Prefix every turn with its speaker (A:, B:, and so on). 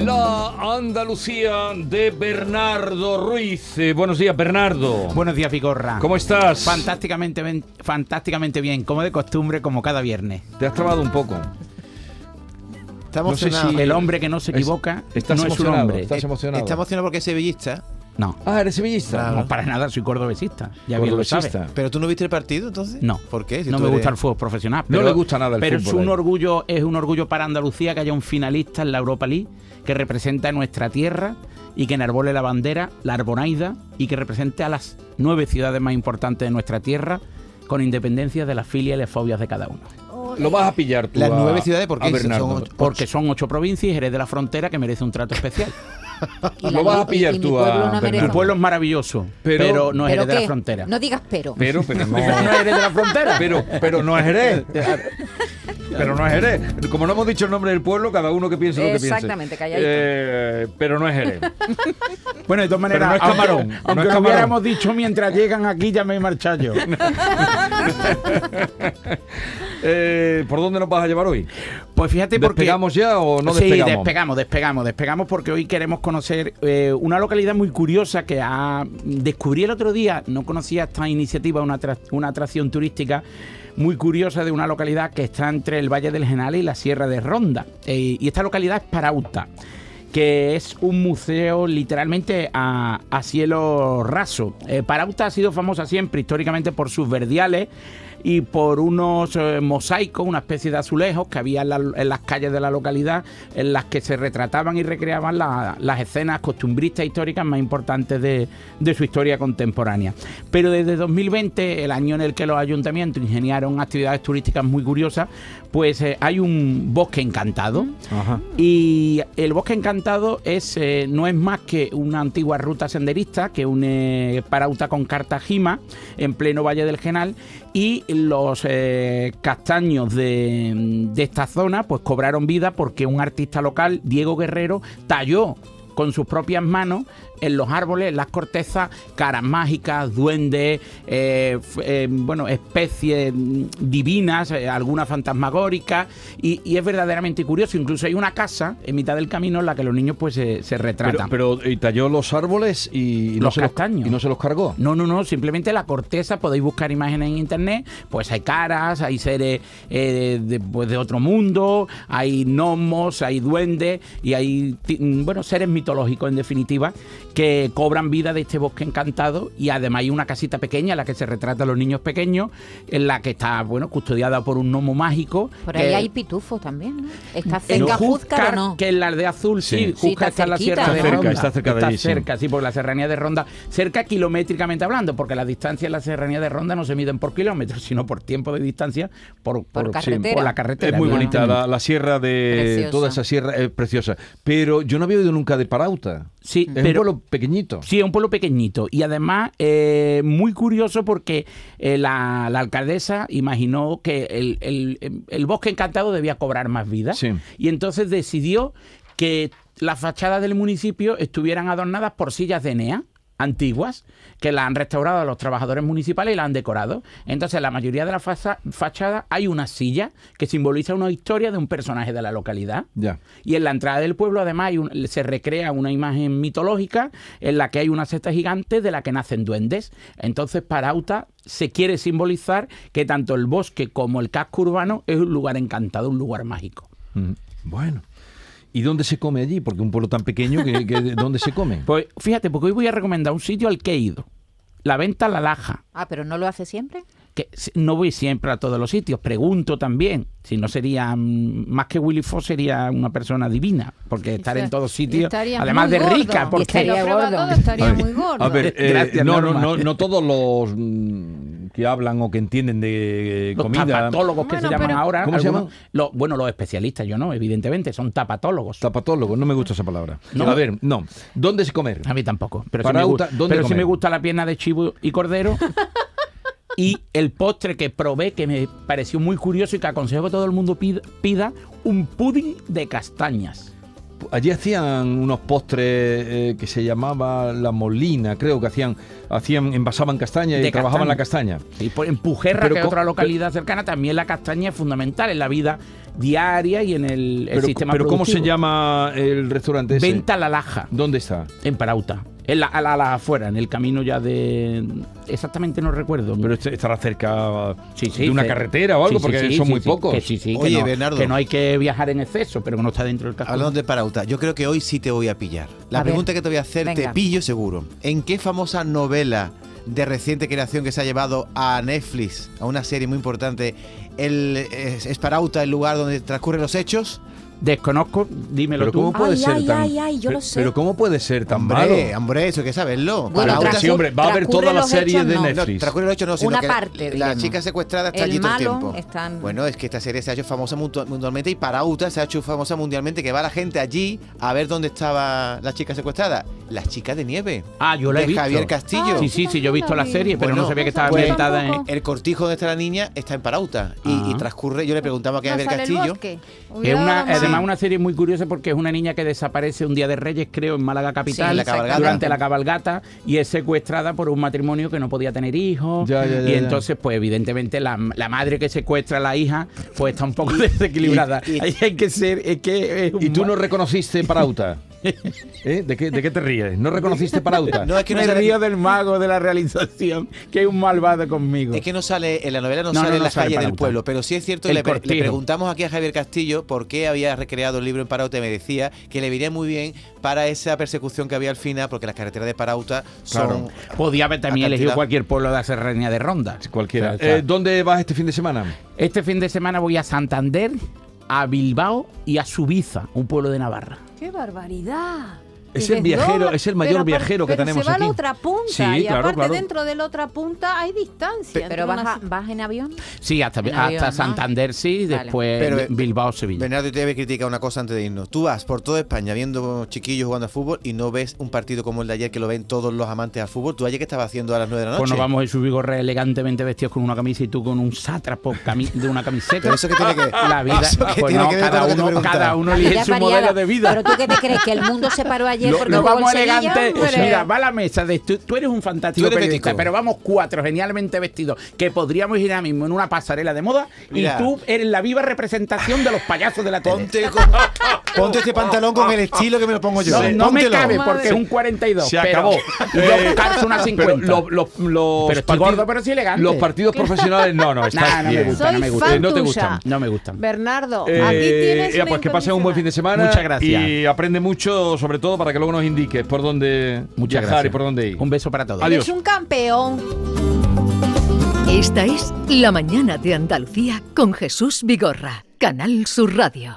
A: La Andalucía de Bernardo Ruiz. Eh, buenos días, Bernardo.
B: Buenos días, Vigorra.
A: ¿Cómo estás?
B: Fantásticamente, ben- fantásticamente bien, como de costumbre, como cada viernes.
A: Te has trabado un poco.
C: Está
B: No sé
C: emocionado.
B: si el hombre que no se
A: Es-
B: equivoca
A: Estás
B: no es un
A: emocionado.
B: hombre.
A: Estás emocionado.
C: Está emocionado porque es sevillista. ¿eh?
B: No,
A: Ah, eres sevillista.
C: Claro.
B: no, para nada, soy cordobesista.
A: Pues
B: Ya bien lo sabes.
A: Cordobesista.
C: Pero tú no viste el partido entonces?
B: No,
C: ¿Por qué? Si
B: no
C: tú
B: me
C: eres-
B: gusta el fútbol profesional.
A: No
B: Pero,
A: le gusta nada el
B: pero
A: fútbol
B: es un
A: a él.
B: orgullo, es un orgullo para Andalucía que haya un finalista en la Europa League que representa nuestra tierra y que enarbole la bandera, la arbonaida y que represente a las nueve ciudades más importantes de nuestra tierra con independencia de las filias y las fobias de cada uno.
A: Lo vas a pillar tú.
C: Las
A: a-
C: nueve ciudades, ¿por
A: a
C: qué? Son
A: Bernardo.
C: ocho.
B: Porque son ocho provincias y Jerez de la Frontera que merece un trato especial.
A: Lo
D: Y la
A: vas a
D: mi- y-
A: pillar
D: y mi
A: tú a
D: pueblo no merece
A: Bernardo.
B: Mi
D: más.
B: pueblo es maravilloso,
A: Pero-
B: pero, no es
D: ¿Pero
B: Jerez de la
D: qué?
B: Frontera.
D: No digas pero.
A: Pero, pero no.
B: No es Jerez de la Frontera.
A: Pero, pero no es Jerez. Pero no es Jerez. Como no hemos dicho el nombre del pueblo, cada uno que piense lo que piense.
D: Exactamente, calladito.
A: Eh, pero no es Jerez.
B: Bueno, de todas maneras,
A: no es
B: aunque-
A: camarón, no
B: aunque,
A: es
B: lo
A: camarón.
B: hubiéramos dicho mientras llegan aquí, ya me he marchado yo.
A: Eh, ¿Por dónde nos vas a llevar hoy?
B: Pues fíjate porque...
A: ¿Despegamos ya o no
B: sí,
A: despegamos?
B: despegamos, despegamos, despegamos porque hoy queremos conocer eh, una localidad muy curiosa que ha- descubrí el otro día, no conocía esta iniciativa, una, atrac- una atracción turística muy curiosa de una localidad que está entre el Valle del Genal y la Sierra de Ronda. Eh, y esta localidad es Parauta que es un museo literalmente a, a cielo raso. Eh, Parauta ha sido famosa siempre históricamente por sus verdiales y por unos eh, mosaicos, una especie de azulejos que había en, la- en las calles de la localidad, en las que se retrataban y recreaban la- las escenas costumbristas históricas más importantes de, de su historia contemporánea. Pero desde 2020, el año en el que los ayuntamientos ingeniaron actividades turísticas muy curiosas, pues eh, hay un bosque encantado.
A: Ajá.
B: Y el Bosque Encantado es eh, no es más que una antigua ruta senderista que une Parauta con Cartagena en pleno Valle del Genal y los eh, castaños de, de esta zona pues cobraron vida porque un artista local, Diego Guerrero, talló con sus propias manos en los árboles, en las cortezas, caras mágicas, duendes, eh, f- eh, bueno, especies mm, divinas, eh, algunas fantasmagóricas, y, y es verdaderamente curioso. Incluso hay una casa en mitad del camino en la que los niños pues se, se
A: Pero,
B: retratan.
A: pero, y talló los árboles y, no
B: Los
A: se
B: castaños.
A: y no se los cargó.
B: No, no, no, simplemente la corteza, podéis buscar imágenes en internet, pues hay caras, hay seres eh, de, pues de otro mundo, hay gnomos, hay duendes y hay, ti- mm, bueno, seres mitológicos en definitiva, que cobran vida de este bosque encantado y además hay una casita pequeña en la que se retratan los niños pequeños, en la que está, bueno, custodiada por un gnomo mágico.
D: Por
B: que-
D: ahí hay pitufos también. ¿no? Está
B: en
D: cerca Júzcar o no.
B: que en la aldea azul, sí,
A: Sí.
B: Juzca
D: Sí, está
B: está, en la
D: cerquita,
B: sierra
D: ¿no?
B: de
D: Está cerca,
B: Ronda.
A: está cerca de allí, sí.
B: cerca, sí, por la serranía de Ronda, cerca kilométricamente hablando, porque las distancias en la serranía de Ronda no se miden por kilómetros, sino por tiempo de distancia, por,
D: Por
B: por- sí,
D: carretera.
B: por la carretera.
A: Es muy bonita,
B: evidentemente.
A: la, la sierra de.
D: Preciosa.
A: Toda esa sierra es preciosa. Pero yo no había oído nunca de Parauta.
B: Sí,
A: es un
B: pero-
A: pueblo pequeñito.
B: Sí, es un pueblo pequeñito y además eh, muy curioso porque eh, la, la alcaldesa imaginó que el, el- el bosque encantado debía cobrar más vida
A: Sí.
B: y entonces decidió que las fachadas del municipio estuvieran adornadas por sillas de NEA antiguas que las han restaurado los trabajadores municipales y las han decorado. Entonces, en la mayoría de las faza- fachadas hay una silla que simboliza una historia de un personaje de la localidad.
A: Ya.
B: Y en la entrada del pueblo, además, hay un- se recrea una imagen mitológica en la que hay una cesta gigante de la que nacen duendes. Entonces, Parauta se quiere simbolizar que tanto el bosque como el casco urbano es un lugar encantado, un lugar mágico.
A: Mm, Bueno. ¿Y dónde se come allí? Porque un pueblo tan pequeño, que, que- ¿dónde se come?
B: Pues fíjate, porque hoy voy a recomendar un sitio al que he ido. La venta La Laja.
D: Ah, pero no lo hace siempre.
B: que si- no voy siempre a todos los sitios, pregunto también, si no sería mm, más que Willy Fox sería una persona divina, porque estar en todos sitios,
E: Estarías
B: además
E: muy
B: de rica,
E: gordo.
B: porque
D: estaría
E: Si lo pruebas
D: gordo.
E: todo, estaría
A: A ver,
E: muy gordo. Ah,
A: A ver, eh,
B: Gracias,
A: no, no,
B: Norma.
A: no, no todos los mm, que hablan o que entienden de eh,
B: los
A: comida.
B: tapatólogos que
E: Bueno,
B: se llaman
E: pero-
B: ahora,
A: ¿Cómo se
B: algunos-
A: llaman?
B: los- bueno, los especialistas, yo no, evidentemente, son tapatólogos.
A: Tapatólogo, no me gusta esa palabra.
B: No.
A: A ver, no. ¿Dónde se comer?
B: A mí tampoco. Pero,
A: Para
B: sí, me
A: Uta,
B: gusta,
A: ¿dónde
B: pero sí
A: comer?
B: me gusta la pierna de chivo y cordero. y el postre que probé, que me pareció muy curioso y que aconsejo que todo el mundo pida, pida un pudding de castañas.
A: allí hacían unos postres eh, que se llamaba la molina, creo que hacían, hacían envasaban castaña y
B: De
A: trabajaban la
B: castaña.
A: castaña.
B: Y por, pues, en Pujerra,
A: Pero
B: que es
A: co-
B: otra localidad cercana, también la castaña es fundamental en la vida diaria y en el, el
A: Pero,
B: sistema
A: pero ¿cómo se
B: productivo.
A: llama el restaurante ese?
B: Venta La Laja,
A: ¿Dónde está?
B: en Parauta. En la, a la, a la afuera, en el camino ya de... Exactamente no recuerdo.
A: Pero este- estará cerca
B: Sí, sí,
A: de una
B: sí.
A: carretera o algo,
B: Sí, sí,
A: porque
B: sí,
A: son
B: sí,
A: muy
B: sí,
A: pocos.
B: Que sí, sí, que
C: Oye,
B: no,
C: Bernardo.
B: Que no hay que viajar en exceso, pero que no está dentro del casco.
C: Hablando de Parauta, yo creo que hoy sí te voy a pillar. La
D: A ver,
C: pregunta que te voy a hacer te
D: venga.
C: pillo seguro. ¿En qué famosa novela de reciente creación que se ha llevado a Netflix, a una serie muy importante, el, es, es Parauta el lugar donde transcurren los hechos?
B: Desconozco, dímelo
A: Pero
B: tú.
A: ¿cómo puede
D: Ay,
A: ser
D: ay,
A: tan
D: ay, ay, yo
A: pero-
D: lo sé.
A: Pero ¿cómo puede ser tan
C: hombre,
A: malo?
C: hombre, eso hay que saberlo.
D: Bueno,
A: Parauta,
D: transcur-
A: sí, hombre, va a haber
D: transcurre
A: toda la
D: los
A: serie
D: hechos,
A: de
D: no.
A: Netflix.
C: No, transcurre los hechos no, sino
D: Una
C: que
D: parte,
C: la,
D: digamos.
C: chica secuestrada está
D: El
C: allí todo el
D: malo
C: tiempo.
D: está en-
C: Bueno, es que esta serie se ha hecho famosa mutu- mundialmente y Parauta se ha hecho famosa mundialmente, que va la gente allí a ver dónde estaba la chica secuestrada. La chica de nieve.
B: Ah, yo la he
C: de
B: visto.
C: Javier
D: Ah.
C: Castillo.
B: Sí, sí, sí, yo he visto la serie, pero
C: Bueno,
B: no sabía que estaba
C: pues-
B: ambientada en...
C: El cortijo donde está la niña está en Parauta y,
B: Ah.
C: y transcurre. Yo le preguntaba que a
E: No
C: Javier
E: sale el
C: Castillo.
E: bosque.
B: Es
E: Hubiera
B: una,
E: dado más.
B: además una serie muy curiosa porque es una niña que desaparece un día de Reyes, creo, en Málaga
D: Sí,
B: capital
D: en la
C: cabalgata.
B: durante la cabalgata y es secuestrada por un matrimonio que no podía tener hijos
A: Ya, ya, ya,
B: y
A: ya.
B: entonces pues evidentemente la, la madre que secuestra a la hija pues está un poco desequilibrada.
C: y-
B: Ahí hay que ser es que es un
A: ¿Y tú
B: ma-
A: no reconociste Parauta? ¿Eh? ¿De, qué, ¿De qué te ríes? ¿No reconociste Parauta?
C: No, es que no,
B: me
C: sale,
B: río del mago de la realización que es un malvado conmigo.
C: es que no sale- en la novela no,
B: No, no,
C: sale en
B: no
C: las
B: sale
C: calles del
B: Parauta.
C: pueblo, pero sí es cierto,
B: El
C: le, pre- le
B: cortijo.
C: preguntamos aquí a Javier Castillo por qué había recreado el libro en Parauta y me decía que le venía muy bien para esa persecución que había al final, porque las carreteras de Parauta son...
B: Podía haber también
C: Acantilado.
B: elegido cualquier pueblo de la Serranía de Ronda.
A: Cualquiera.
B: O sea,
A: Eh, ¿Dónde vas este fin de semana?
B: Este fin de semana voy a Santander, a Bilbao y a Subiza, un pueblo de Navarra.
E: ¡Qué barbaridad!
A: Es
E: Y
A: el viajero,
E: desdobla-
A: es el mayor
E: pero apar-
A: viajero que
E: pero
A: tenemos
E: se va a
A: aquí.
E: la otra punta
A: Sí,
E: y
A: claro,
E: aparte
A: claro.
E: dentro de la otra punta hay distancia. entre
D: Pero vas,
E: una-
D: a- vas en avión.
B: Sí, hasta,
D: En
B: hasta
D: avión, ¿no?
B: Santander sí,
D: Vale.
B: después
C: Pero,
B: Bi-
C: eh,
B: Bilbao, Sevilla.
C: Bernardo, yo te voy a criticar una cosa antes de irnos. Tú vas por toda España viendo chiquillos jugando a fútbol y no ves un partido como el de ayer que lo ven todos los amantes al fútbol. ¿Tú ayer qué estabas haciendo a las 9 de la noche?
B: Pues nos vamos a subir gorra elegantemente vestidos con una camisa y tú con un sátrapo cami- de una camiseta.
C: Pero eso que tiene que-
B: La vida,
C: eso que
B: pues
C: tiene
B: no,
C: que ver con
B: cada,
C: lo que te
B: uno,
C: preguntaba.
B: cada uno
D: La vida
B: elige
D: es
B: su
D: variada.
B: modelo de vida.
D: Pero tú qué te crees que el mundo se paró ayer
B: Lo-
D: porque
B: nos
D: jugó el
B: vamos
D: Sevilla?
B: elegantes.
E: hombre.
B: Mira, va a la mesa. De, tú, tú eres un fantástico
C: Tú eres
B: periodista,
C: mítico.
B: pero vamos cuatro genialmente vestidos que podríamos ir ahora mismo en una pasarela de moda
C: Mira.
B: y tú eres la viva representación de los payasos de la tele.
C: Ponte, con- ponte este pantalón con el estilo que me lo pongo
B: No,
C: yo.
B: no me
C: Póntelo.
B: cabe porque es un 42.
A: Se
B: pero-
A: acabó.
B: y
A: Eh,
B: yo calzo una 50.
A: Pero lo- lo- los
B: Pero estoy gordo, pero soy elegante.
A: Los partidos profesionales, no, no, está
B: Nah, no me
A: bien. Eh,
B: gusta,
E: Soy
B: no me gusta.
E: fan
A: No te
E: tuya.
A: gustan,
B: no me gustan.
E: Bernardo,
A: Eh,
E: aquí tienes
A: eh,
E: una
A: pues que pases un buen fin de semana.
B: Muchas gracias.
A: Y aprende mucho, sobre todo, para que luego nos indiques por dónde
B: Muchas
A: viajar y
B: gracias.
A: por dónde ir.
B: Un beso para todos.
A: Adiós.
E: Es un campeón.
F: Esta es La Mañana de Andalucía con Jesús Vigorra, Canal Sur Radio.